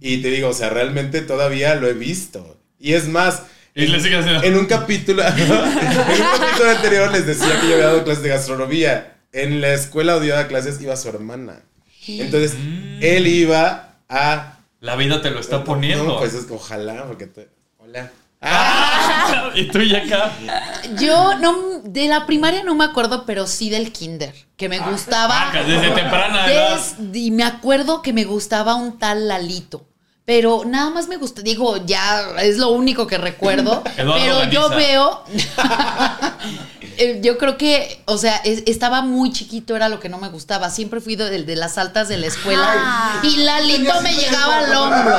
y te digo, o sea, realmente todavía lo he visto. Y es más, Y le sigues haciendo. en un capítulo, en un capítulo anterior les decía que yo había dado clases de gastronomía. En la escuela odiada clases iba su hermana. Entonces, él iba a. La vida te lo Mm. está poniendo. No, pues es que ojalá, porque te- Hola. Ah, y tú ya acá. Yo no, de la primaria no me acuerdo, pero sí del kinder, que me gustaba. Vacas, Ah, desde temprana edad. Des- y me acuerdo que me gustaba un tal Lalito. Pero nada más me gusta, digo, ya es lo único que recuerdo. Eduardo pero yo Galiza. veo. Eh, yo creo que, o sea, es- estaba muy chiquito, era lo que no me gustaba. Siempre fui de, de las altas de la escuela. Ah. Y Lalito me llegaba al hombro.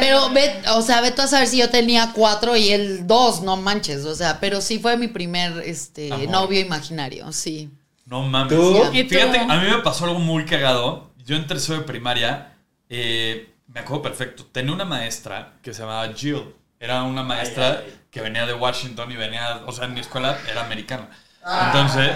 Pero Em, ve, o sea, ve tú a saber si yo tenía cuatro y él dos, no manches. O sea, pero sí fue mi primer este Amor. novio imaginario, sí. No mames. ¿Tú? ¿Y tú? Fíjate, a mí me pasó algo muy cagado. Yo en tercero de primaria, eh, me acuerdo perfecto, tenía una maestra que se llamaba Jill. Era una maestra que venía de Washington y venía, o sea, en mi escuela era americana. Entonces,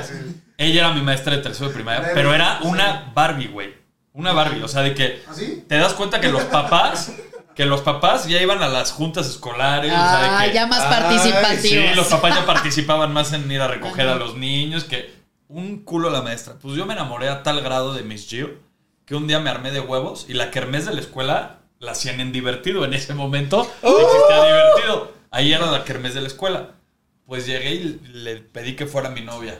ella era mi maestra de tercero de primaria, Baby, pero era sí. una Barbie, güey. Una Barbie, o sea, de que ¿Así? te das cuenta que los papás, que los papás ya iban a las juntas escolares, o sea, Ah, de que ya más Ay, participativos. Sí, los papás ya participaban más en ir a recoger a los niños que un culo la maestra. Pues yo me enamoré a tal grado de Miss Gio que un día me armé de huevos y la kermés de la escuela la hacían en divertido. En ese momento no existía divertido. Ahí era la kermés de la escuela. Pues llegué y le pedí que fuera mi novia.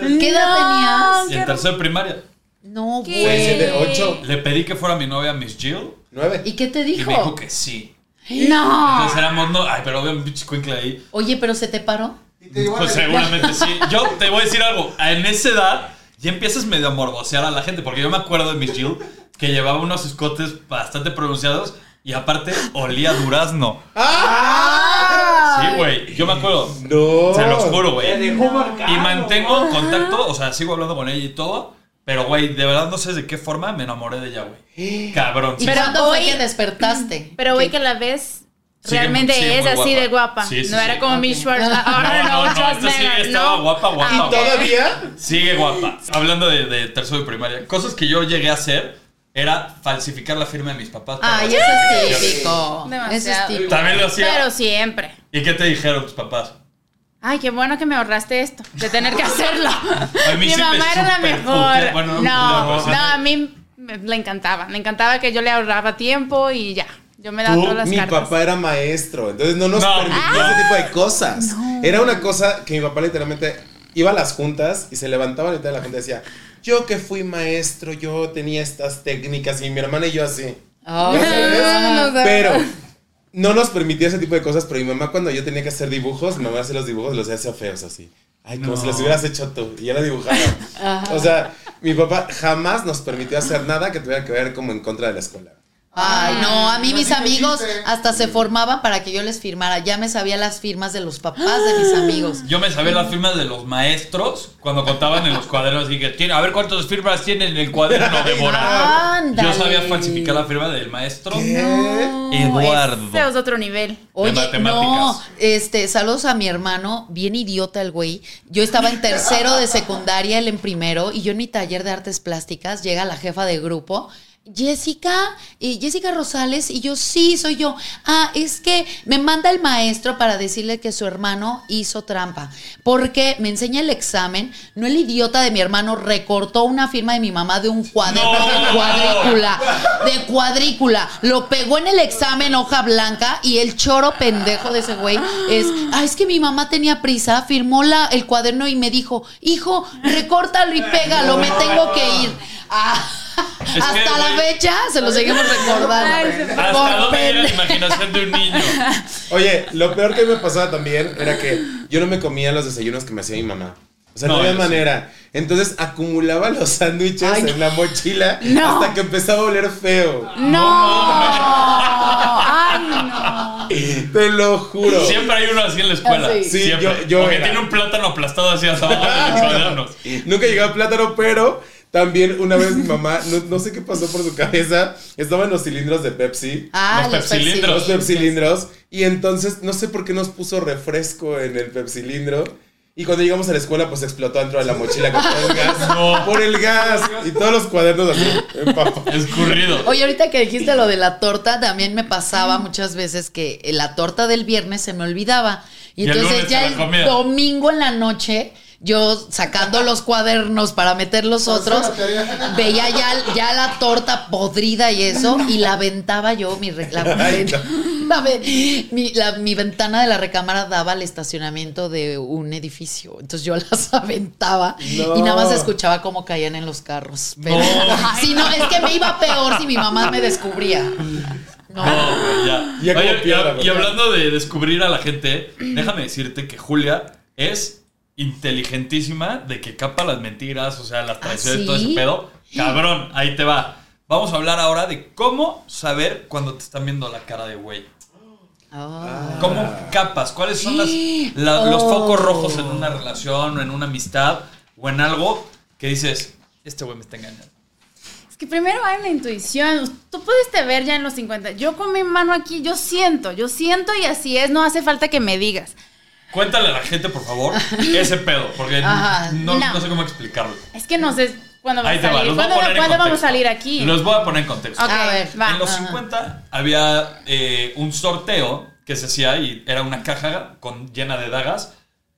¿Qué edad No, Y en qué- tercero de primaria No, ¿Qué? Seis, güey. siete, ocho, le pedí que fuera mi novia Miss Jill nueve. ¿Y qué te y dijo? me dijo que sí. No. Entonces éramos no, ay, pero había un pinche cuincle ahí. Oye, pero se te paró. Y te digo, Pues vale, seguramente sí. Yo te voy a decir algo. En esa edad ya empiezas medio a morbosear a la gente. Porque yo me acuerdo de Miss Jill que llevaba unos escotes bastante pronunciados y aparte olía a durazno. Sí, güey. Yo me acuerdo. No. Se los juro, Te güey. dejó marcado. Y mantengo contacto, o sea, sigo hablando con ella y todo. Pero, güey, de verdad no sé de qué forma me enamoré de ella, Ah. güey. Cabrón. ¿Y Pero cuándo hoy- fue que despertaste? Pero hoy ¿Qué? que la ves, Sí, realmente sí, muy es así guapa. de guapa. Sí, sí, no era sí. como mi Ok. Schwarz. Ahora No, no, no, no, esta sí Schwarzenegger, estaba no. guapa, guapa, Ah, guapa. ok. ¿Todavía? Sigue guapa. Hablando de, de tercero de primaria, cosas que yo llegué a hacer era falsificar la firma de mis papás. para- Ay, eso es típico. Eso es Demasiado. típico. También lo hacía. Pero siempre. ¿Y qué te dijeron tus papás? Ay, qué bueno que me ahorraste esto, de tener que hacerlo. A mí Mi sí me mamá era la superputea. mejor. Bueno, no no, me putea, pero no, sí. a mí me- le encantaba. Le encantaba que yo le ahorraba tiempo y ya. Yo me daba Tú, todas las Mi cartas. Ah. papá era maestro, entonces no nos No. permitía ese tipo de cosas. Era una cosa que mi papá literalmente iba a las juntas y se levantaba a la mitad de la junta y decía, yo que fui maestro, yo tenía estas técnicas y mi hermana y yo así. Ay, Ya sabes, Ah. no. Pero no nos permitía ese tipo de cosas, pero mi mamá cuando yo tenía que hacer dibujos, mi mamá hacía los dibujos, los hacía feos así. Ay, como No. si los hubieras hecho tú y ya la dibujaba. o sea, mi papá jamás nos permitió hacer nada que tuviera que ver como en contra de la escuela. Ay, no, a mí No mis tiene amigos chiste. hasta se formaban para que yo les firmara. Ya me sabía las firmas de los papás de mis amigos. Yo me sabía las firmas de los maestros cuando contaban en los cuadernos y que tiene, a ver cuántas firmas tienen en el cuaderno de Morán. Ándale. Yo sabía falsificar la firma del maestro. No, Eduardo. Ese es otro nivel. Oye, matemáticas. no, este, saludos a mi hermano, bien idiota el güey. Yo estaba en tercero de secundaria, él en primero, y yo en mi taller de artes plásticas llega la jefa de grupo. Jessica, eh, Jessica Rosales, y yo, sí, soy yo. Ah, es que me manda el maestro para decirle que su hermano hizo trampa, porque me enseña el examen, no el idiota de mi hermano recortó una firma de mi mamá de un cuaderno No. de cuadrícula, de cuadrícula, lo pegó en el examen hoja blanca y el choro pendejo de ese güey es, ah, es que mi mamá tenía prisa, firmó la, el cuaderno y me dijo, hijo, recórtalo y pégalo, me tengo que ir. Ah, que, hasta la güey. fecha se lo seguimos recordando. Hasta Por dónde llega la pende- imaginación de un niño. Oye, lo peor que me pasaba también era que yo no me comía los desayunos que me hacía mi mamá. O sea, no, No, había yo manera. Entonces acumulaba los sándwiches Ay, en la mochila No. hasta que empezaba a oler feo. No. Ay, no. Te lo juro. Siempre hay uno así en la escuela. Ah, sí. Sí, Siempre. yo- yo Porque era. tiene un plátano aplastado así hasta abajo de los cuadernos. Nunca llegaba plátano, pero también una vez mi mamá, no, no sé qué pasó por su cabeza, estaban los cilindros de Pepsi. Ah, Los los pepsilindros. Los pepsilindros. pepsilindros. Y entonces, no sé por qué nos puso refresco en el pepsilindro. Y cuando llegamos a la escuela, pues explotó dentro de la mochila con todo el gas. No. Por el gas. Y todos los cuadernos así. empapados. Escurrido. Oye, ahorita que dijiste lo de la torta, también me pasaba muchas veces que eh, la torta del viernes se me olvidaba. Y, Y el entonces lunes ya te el la comía. domingo en la noche, yo sacando los cuadernos para meter los Para hacer otros, la tarea. veía ya, ya la torta podrida y eso, y la aventaba yo, mi, re- la, Ay, no. la ve- mi, la- mi ventana de la recámara daba al estacionamiento de un edificio. Entonces yo las aventaba No. y nada más escuchaba cómo caían en los carros. Pero, No. si no, es que me iba peor si mi mamá me descubría. No. No, güey, ya. Ya como Oye, piedra, y, güey. y hablando de descubrir a la gente, déjame decirte que Julia es inteligentísima de que capa las mentiras, o sea, las traiciones, ¿Ah, ¿sí? todo ese pedo. Cabrón, ahí te va. Vamos a hablar ahora de cómo saber cuando te están viendo la cara de güey. Ah. ¿Cómo capas? ¿Cuáles son las, la- los Oh. focos rojos en una relación o en una amistad o en algo que dices, este güey me está engañando? Es que primero hay una intuición. Tú pudiste ver ya en los 50. Yo con mi mano aquí, yo siento, yo siento y así es. No hace falta que me digas. Cuéntale a la gente, por favor, ese pedo, porque Ajá, no, no. no sé cómo explicarlo. Es que no sé cuándo va Ahí a te va, salir. los voy a ¿Cuándo, poner en cuándo vamos contexto. a salir aquí? Los voy a poner en contexto. Ok, A ver, va. Ah. en los ajá. 50 había eh, un sorteo que se hacía y era una caja con, llena de dagas.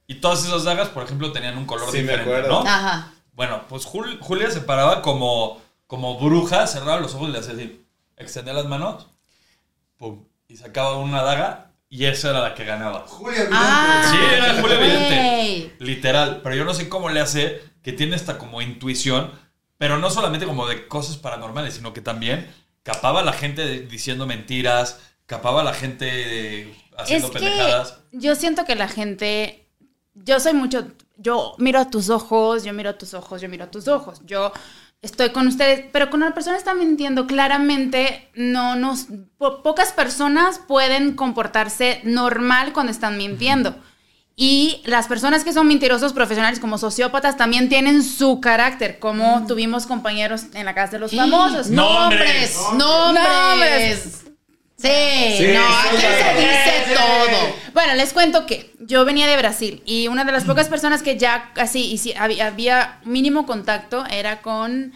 Y todas esas dagas, por ejemplo, tenían un color Sí, me diferente, acuerdo. Ah. ¿no? Ajá. Bueno, pues Jul- Julia se paraba como, como bruja, cerraba los ojos y le hacía así. Extendía las manos, pum, y sacaba una daga y esa era la que ganaba. Julia Vidente. Ah. Sí, era Julio Güey. Vidente. Literal. Pero yo no sé cómo le hace, que tiene esta como intuición, pero no solamente como de cosas paranormales, sino que también capaba a la gente de- diciendo mentiras, capaba a la gente de- Es haciendo que pendejadas. yo siento que la gente, yo soy mucho, yo miro a tus ojos, yo miro a tus ojos, yo miro a tus ojos, yo estoy con ustedes, pero con una persona está mintiendo claramente, no nos, po- pocas personas pueden comportarse normal cuando están mintiendo. Y las personas que son mentirosos profesionales como sociópatas también tienen su carácter, como tuvimos compañeros en la casa de los famosos. Nombres. Nombres. Nombres. Nombres. Sí, Sí, no, aquí sí, se sí, dice sí. todo. Bueno, les cuento que yo venía de Brasil y una de las pocas personas que ya así y si había, había mínimo contacto era con,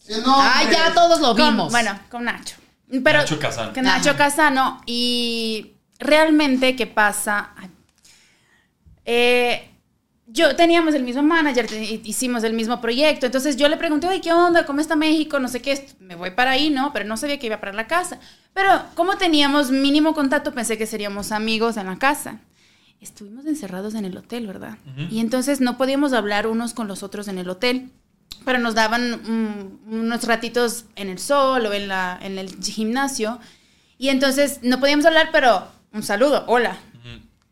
Sí, no, eh, Ah, hombre. ya todos lo con- vimos. bueno, con Nacho. Pero Nacho Casano. Con Nacho Ajá. Casano y realmente qué pasa Ay. Eh, yo teníamos el mismo manager, te- hicimos el mismo proyecto, entonces yo le pregunté, oye, ¿qué onda? ¿Cómo está México? No sé qué, est- me voy para ahí, ¿no? Pero no sabía que iba para la casa. Pero como teníamos mínimo contacto, pensé que seríamos amigos en la casa. Estuvimos encerrados en el hotel, ¿verdad? Y entonces no podíamos hablar unos con los otros en el hotel, pero nos daban mm, unos ratitos en el sol o en, la, en el gimnasio. Y entonces no podíamos hablar, pero un saludo, hola,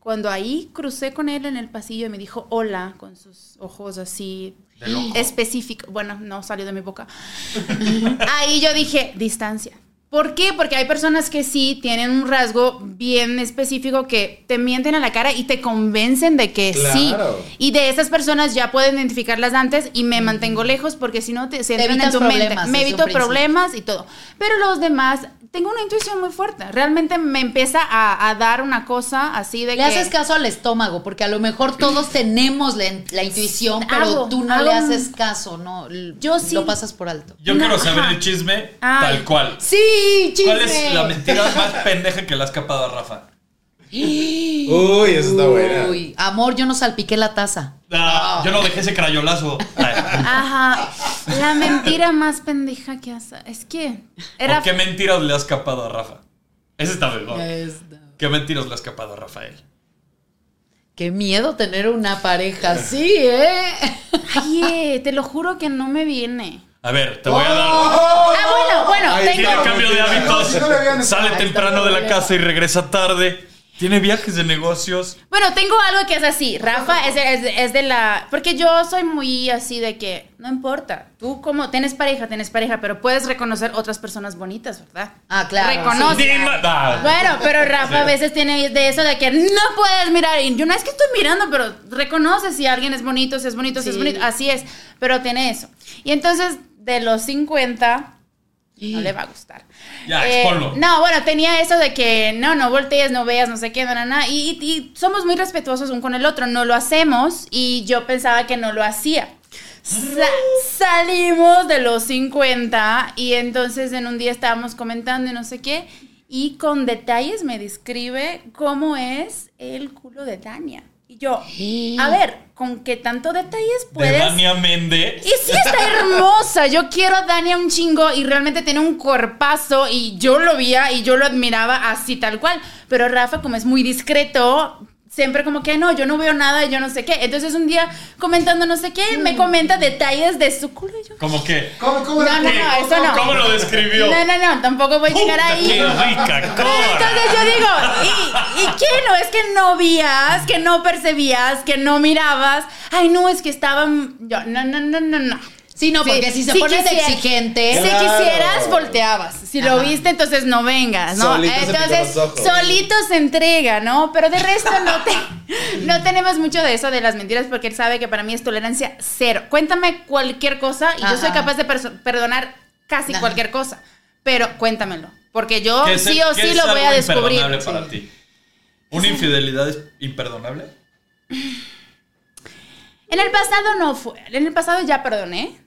cuando ahí crucé con él en el pasillo y me dijo hola, con sus ojos así De loco. específicos. Bueno, no salió de mi boca. ahí yo dije, distancia. ¿Por qué? Porque hay personas que sí tienen un rasgo bien específico que te mienten a la cara y te convencen de que Claro. sí. Y de esas personas ya pueden identificarlas antes y me mantengo lejos porque si no te, se entran en evitas tu mente. problemas Me desde un evito principio. problemas y todo. Pero los demás, tengo una intuición muy fuerte. Realmente me empieza a, a dar una cosa así de que... Le haces caso al estómago, porque a lo mejor todos tenemos la, la intuición, pero Hago, tú no hago le un- haces caso, ¿no? L- Yo sí. Lo pasas por alto. Yo No, quiero saber ajá. el chisme Ay. tal cual. Sí, chisme. ¿Cuál es la mentira más pendeja que le has capado a Rafa? Uy, eso está buena. Uy, amor, yo no salpiqué la taza. Ah, Yo no dejé ese crayolazo. Ay. Ajá. La mentira más pendeja que haces. Es que... Era... ¿O ¿Qué mentiras le has capado a Rafa? Ese está Oh. mejor. Esta. ¿Qué mentiras le has capado a Rafael? Qué miedo tener una pareja así, ¿eh? Ay, eh, te lo juro que no me viene. A ver, ¡Oh! te voy a dar. Ah, bueno, bueno, Ay, tengo... Tiene cambio de Sí, no le habían hábitos. hecho. Sale Ahí está temprano de la problema. casa y regresa tarde. Tiene viajes de negocios. Bueno, tengo algo que es así. Rafa es de, es de- es de la... Porque yo soy muy así de que... No importa. Tú como... Tienes pareja, tienes pareja, pero puedes reconocer otras personas bonitas, ¿verdad? Ah, claro, Reconoce. Ni ma- Ah, Bueno, pero Rafa a veces tiene de eso de que no puedes mirar. Y yo no es que estoy mirando, pero reconoces si alguien es bonito, si es bonito, si es Sí. bonito. Así es, pero tiene eso. Y entonces, de los 50, no le va a gustar. Ya, Eh, exponlo. No, bueno, tenía eso de que no, no voltees, no veas, no sé qué, nada, nada. Y, y- y somos muy respetuosos un con el otro, no lo hacemos y yo pensaba que no lo hacía. Sa- salimos de los 50 y entonces en un día estábamos comentando y no sé qué y con detalles me describe cómo es el culo de Tania. Y yo, a ver, ¿con qué tanto detalles de puedes Vania Méndez. y sí está hermosa. Yo quiero a Dania un chingo y realmente tiene un cuerpazo y yo lo veía y yo lo admiraba así tal cual. Pero Rafa, como es muy discreto, siempre como que no, yo no veo nada, yo no sé qué. Entonces un día comentando no sé qué, me comenta detalles de su culo y yo. ¿Cómo qué? ¿Cómo, cómo No, no, no, eso no. ¿Cómo lo describió? No, no, no, tampoco voy a llegar Puta, ahí. ¡Qué rica Entonces cora! yo digo, ¿y, ¿y qué no? Es que no vías, que no percibías, que no mirabas. Ay, no, es que estaban. Yo, no, no, no, no, no. Sí, no, Sí, porque si se sí pones quisiera. exigente. Si Claro. quisieras, volteabas. Si lo Ajá. viste, entonces no vengas, ¿no? Solito se pican entonces, los ojos. solito se entrega, ¿no? Pero de resto no, te- no tenemos mucho de eso de las mentiras porque él sabe que para mí es tolerancia cero. Cuéntame cualquier cosa y yo soy Ajá. capaz de perso- perdonar casi Ajá. cualquier cosa. Pero cuéntamelo, porque yo ¿Qué es- oh, sí o qué sí es lo voy algo a descubrir. imperdonable para Sí. ti? ¿Una infidelidad es imperdonable? En el pasado no fue. En el pasado ya perdoné.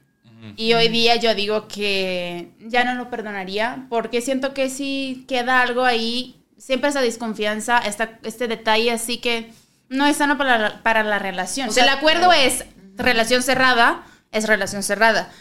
Y hoy día yo digo que ya no lo perdonaría porque siento que si queda algo ahí, siempre esa desconfianza, esta, este detalle, así que no es sano para la, para la relación. O O sea, sea, el acuerdo es relación cerrada, es relación cerrada.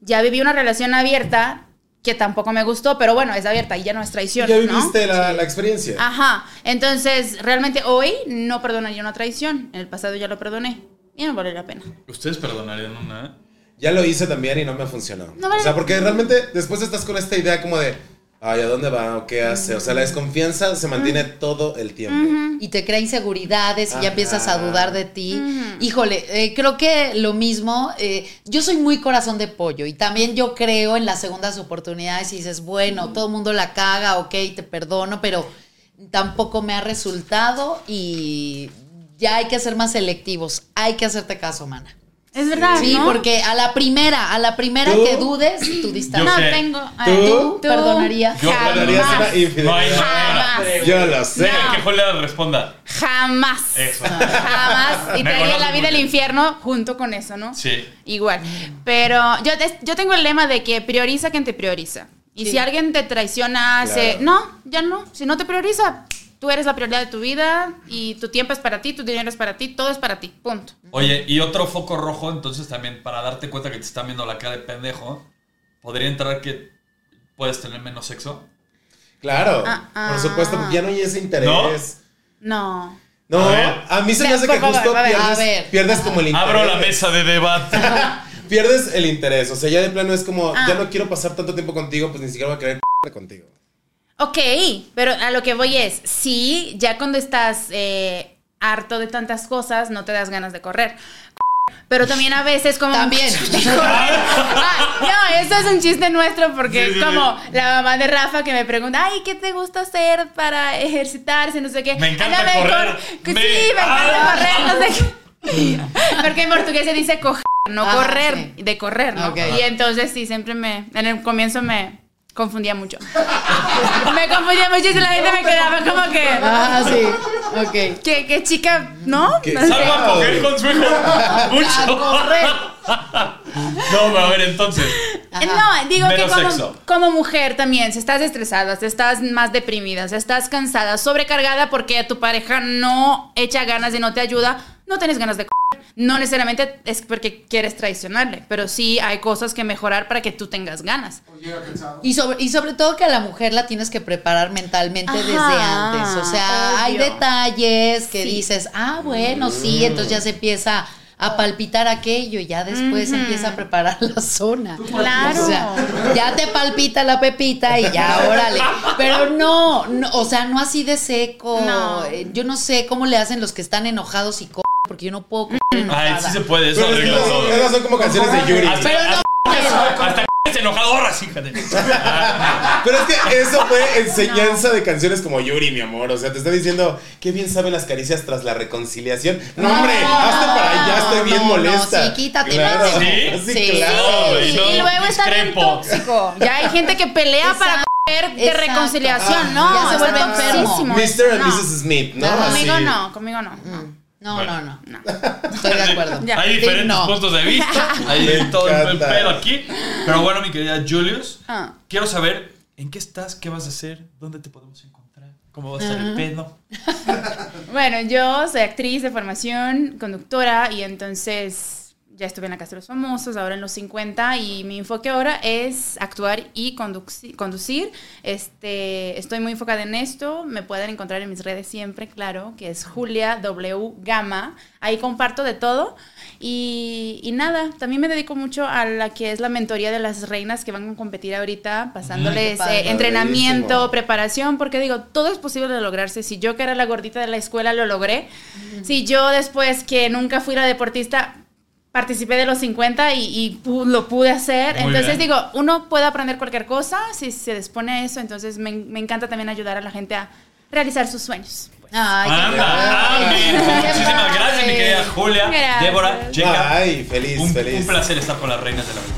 Ya viví una relación abierta que tampoco me gustó, pero bueno, es abierta y ya no es Ya traición. ¿no? Ah. viviste la, la experiencia. Ajá. Entonces, realmente hoy no perdonaría una traición. En el pasado ya lo perdoné y no vale la pena. ¿Ustedes perdonarían una? Ya lo hice también y no me funcionó. No vale o sea, la porque realmente después estás con esta idea como de, ay, ¿a dónde va? ¿O qué hace? O sea, la desconfianza se mantiene todo el tiempo. y te crea inseguridades y Ajá. ya empiezas a dudar de ti. Híjole, eh, creo que lo mismo, eh, yo soy muy corazón de pollo y también yo creo en las segundas oportunidades y dices, bueno, todo el mundo la caga, ok, te perdono, pero tampoco me ha resultado y ya hay que ser más selectivos, hay que hacerte caso, mana. Es verdad, Sí, ¿no? porque a la primera, a la primera ¿Tú? que dudes, tú Yo no distancias. sé. tengo. a ¿Tú? ver, ¿Tú perdonarías? Yo Jamás. perdonarías una No hay infidelidad. manera. Jamás. Yo lo sé. Deja que Julia responda. Jamás. Eso. Jamás. Y Me te haría conoces la muy vida del bien. infierno junto con eso, ¿no? Sí. Igual. Pero yo, te- yo tengo el lema de que prioriza quien te prioriza. Y Sí. si alguien te traiciona, hace. Claro. No, ya no. Si no te prioriza, tú eres la prioridad de tu vida y tu tiempo es para ti, tu dinero es para ti, todo es para ti. Punto. Oye, y otro foco rojo, entonces también, para darte cuenta que te están viendo la cara de pendejo, podría entrar que puedes tener menos sexo. Claro, Ah, ah. por supuesto, porque ya no hay ese interés. No. No, A ver. a mí se me Ve, hace por que favor, justo a ver, a pierdes, ver. pierdes como el interés. Abro la mesa de debate. Pierdes el interés, o sea, ya de plano es como, Ah. ya no quiero pasar tanto tiempo contigo, pues ni siquiera voy a querer contigo. Ok, pero a lo que voy es, sí, ya cuando estás eh, harto de tantas cosas, no te das ganas de correr. Pero también a veces como... También. Ah, no, esto es un chiste nuestro porque Sí, sí, es como la mamá de Rafa que me pregunta, ay, ¿qué te gusta hacer para ejercitarse? No sé qué. Me encanta "Ah, no, correr. cor- Me- Sí, me Ah. encanta correr, no sé qué. Porque en portugués se dice coger, no Ah, correr, sí. de correr, ¿no? Ok. Y entonces sí, siempre me, en el comienzo me confundía mucho. me confundía mucho y la gente me quedaba como que, Ah, sí, ok. que, que chica, ¿no? Que No sé. Salgo a coger con su hijo. Mucho. No, pero a ver, entonces. Ajá. Eh, No, digo Menos que como, sexo. como mujer también, si estás estresada, si estás más deprimida, si estás cansada, sobrecargada porque tu pareja no echa ganas y no te ayuda, no tienes ganas de coger. No necesariamente es porque quieres traicionarle, pero sí hay cosas que mejorar para que tú tengas ganas. O llega cansado. Y sobre, y sobre todo que a la mujer la tienes que preparar mentalmente Ajá, desde antes. O sea, obvio. hay detalles que Sí. dices, ah, bueno, Mm. sí, entonces ya se empieza a palpitar aquello y ya después empieza a preparar la zona. Claro. O sea, ya te palpita la pepita y ya, órale. Pero no, no, o sea, no así de seco. No. Eh, Yo no sé cómo le hacen los que están enojados y co porque yo no puedo coger Ay, enojada. Mm. Ah, sí se puede, eso Pero es que arregla las- todo. esas son como canciones de Yuri. Hasta, Pero no, hasta, hasta que estés enojado, ahorras, hija de- Pero es que eso fue enseñanza de canciones como Yuri, mi amor. O sea, te está diciendo qué bien saben las caricias tras la reconciliación. No, hombre, hazte para allá, estoy bien no, no, molesta. sí, quítate, Claro, vete. sí, Sí. No, Sí, güey, y no, luego está bien discrepo. tóxico. Ya hay gente que pelea para coger de exacto. reconciliación, Ah, ¿no? ya se está vuelve enfermo. toxísimo. Mr. and No, Mrs. Smith, ¿no? Así. Conmigo no, conmigo no. no. no, Bueno. no, no. Estoy de acuerdo. Ya. Hay Sí, diferentes no. puntos de vista. Me Hay todo el encanta. pedo aquí. Pero bueno, mi querida Julius, Ah. quiero saber en qué estás, qué vas a hacer, dónde te podemos encontrar, cómo va a estar el pedo. Bueno, yo soy actriz de formación, conductora, y entonces ya estuve en la Casa de los Famosos, ahora en los 50, y mi enfoque ahora es actuar y conduci- conducir. Este, estoy muy enfocada en esto, me pueden encontrar en mis redes siempre, claro, que es Julia W Gama. Ahí comparto de todo. Y, y nada, también me dedico mucho a la que es la mentoría de las reinas que van a competir ahorita, pasándoles padre. eh, entrenamiento, Padrísimo. preparación, porque digo, todo es posible de lograrse. Si yo que era la gordita de la escuela lo logré, si yo después que nunca fui la deportista participé de los 50 y, y pu- lo pude hacer, Muy entonces bien. digo, uno puede aprender cualquier cosa si se dispone a eso, entonces me, me encanta también ayudar a la gente a realizar sus sueños. pues. Ay, qué Anda, padre. amén. Qué Ah, Muchísimas gracias, mi padre. querida Julia, Gracias. Débora, Checa. Ay, feliz, Un, feliz. un placer estar con las reinas de la vida.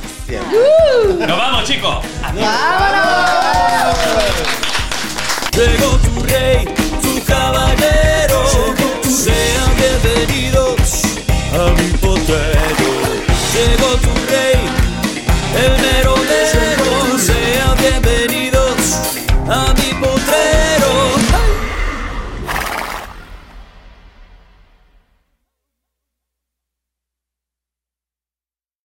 Cristian. ¡Nos vamos, chicos! ¡Vámonos!